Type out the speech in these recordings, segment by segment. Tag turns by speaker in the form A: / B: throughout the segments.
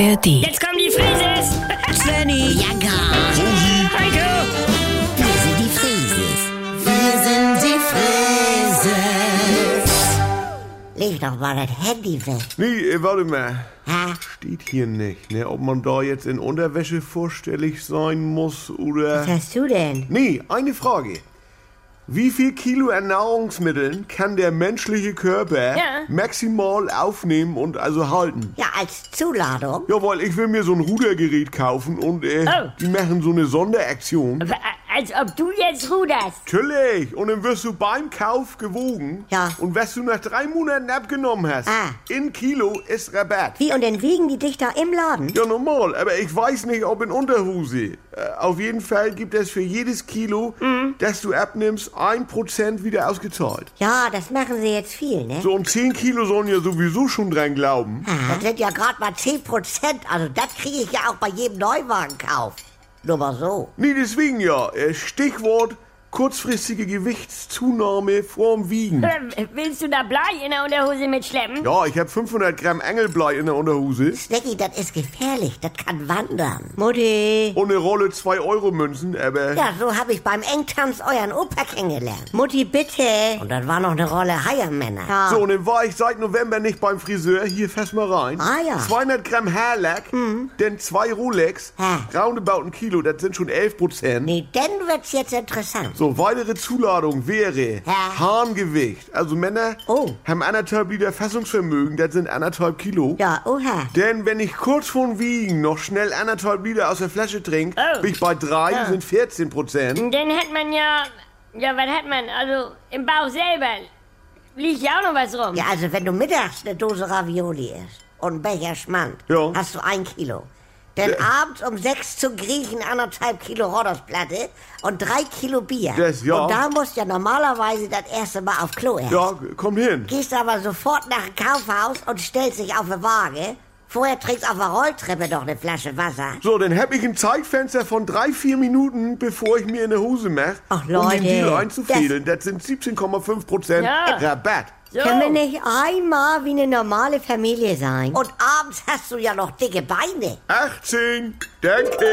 A: ARD.
B: Jetzt kommen die Frises!
C: Svenny,
D: Ja, gar.
B: Heiko!
D: Wir sind die Frieses. Wir sind die Frieses. Leg doch mal das Handy weg.
E: Nee, äh, warte mal.
D: Ha?
E: Steht hier nicht, ne? Ob man da jetzt in Unterwäsche vorstellig sein muss oder.
D: Was hast du denn?
E: Nee, eine Frage. Wie viel Kilo Ernährungsmitteln kann der menschliche Körper
B: Ja.
E: maximal aufnehmen und also halten?
D: Ja, als Zuladung.
E: Ja, weil ich will mir so ein Rudergerät kaufen und äh,
B: Oh.
E: die machen so eine Sonderaktion.
B: W- Als ob du jetzt ruderst.
E: Natürlich. Und dann wirst du beim Kauf gewogen.
D: Ja.
E: Und was du nach drei Monaten abgenommen hast,
D: Ah.
E: in Kilo ist Rabatt.
D: Wie, und dann wiegen die dich da im Laden?
E: Ja, normal, aber ich weiß nicht, ob in Unterhose. Äh, auf jeden Fall gibt es für jedes Kilo, das du abnimmst, 1% wieder ausgezahlt.
D: Ja, das machen sie jetzt viel, ne?
E: So, und 10 Kilo sollen ja sowieso schon dran glauben.
D: Das sind ja gerade mal 10 Prozent. Also das kriege ich ja auch bei jedem Neuwagenkauf. Nur mal so.
E: Nee, deswegen ja. Äh, Stichwort kurzfristige Gewichtszunahme vorm Wiegen.
B: Oder Ähm, Willst du da Blei in der Unterhose mitschleppen?
E: Ja, ich habe 500 Gramm Engelblei in der Unterhose
D: Snacky, das ist gefährlich. Das kann wandern.
C: Mutti,
E: und eine Rolle 2-Euro-Münzen, aber...
D: Ja, so habe ich beim Engtanz euren Opa kennengelernt.
C: Mutti, bitte.
D: Und dann war noch eine Rolle Haiermänner.
C: Ja.
E: So, und dann war ich seit November nicht beim Friseur. Hier, fass mal rein.
D: Ah, ja. Hm.
E: 200 Gramm Haarlack, denn zwei Rolex,
D: Hä?
E: roundabout ein Kilo, das sind schon 11 Prozent.
D: Nee, dann wird's jetzt interessant.
E: So, weitere Zuladung wäre Harngewicht. Also Männer
D: Oh.
E: haben anderthalb Liter Fassungsvermögen, das sind anderthalb Kilo.
D: Ja, oha.
E: Denn wenn ich kurz vorm Wiegen noch schnell anderthalb Liter aus der Flasche trinke,
B: Oh.
E: bin ich bei drei, sind 14 Prozent.
D: Hm.
B: Dann hat man ja. Ja, was hat man? Also im Bauch selber liegt ja auch noch was rum.
D: Ja, also wenn du mittags eine Dose Ravioli isst und einen Becher Schmand,
E: Ja.
D: hast du ein Kilo. Denn abends um sechs zum Griechen anderthalb Kilo Roddosplatte und drei Kilo Bier.
E: Das, ja.
D: Und da musst du ja normalerweise das erste Mal auf Klo erst.
E: Ja, komm hin.
D: Gehst aber sofort nach dem Kaufhaus und stellst dich auf eine Waage. Vorher trinkst auf der Rolltreppe noch eine Flasche Wasser.
E: So, dann hab ich ein Zeitfenster von drei, vier Minuten, bevor ich mir eine Hose mache,
D: Ach,
E: um
D: Leute,
E: den Deal einzufädeln. Das, sind 17,5 Prozent
B: Ja.
E: Rabatt.
B: So.
C: Können wir nicht einmal wie eine normale Familie sein?
D: Und abends hast du ja noch dicke Beine.
E: 18, danke.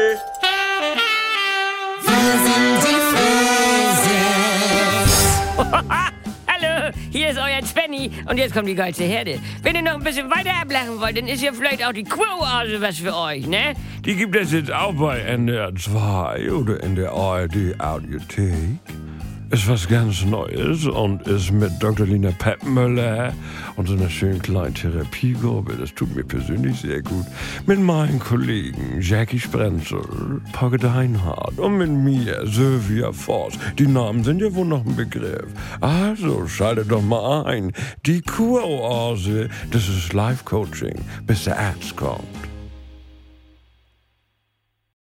B: Hallo, hier ist euer Svenny und jetzt kommt die geilste Herde. Wenn ihr noch ein bisschen weiter ablachen wollt, dann ist ja vielleicht auch die Quo-Ase was für euch, ne?
F: Die gibt es jetzt auch bei NDR 2 oder in der ARD Audiothek. Ist was ganz Neues und ist mit Dr. Lina Peppmüller und so einer schönen kleinen Therapiegruppe, das tut mir persönlich sehr gut, mit meinen Kollegen Jackie Sprenzel, Pogge Deinhardt und mit mir Sylvia Voss. Die Namen sind ja wohl noch ein Begriff. Also schaltet doch mal ein. Die Kuroase, das ist Life Coaching, bis der Arzt kommt.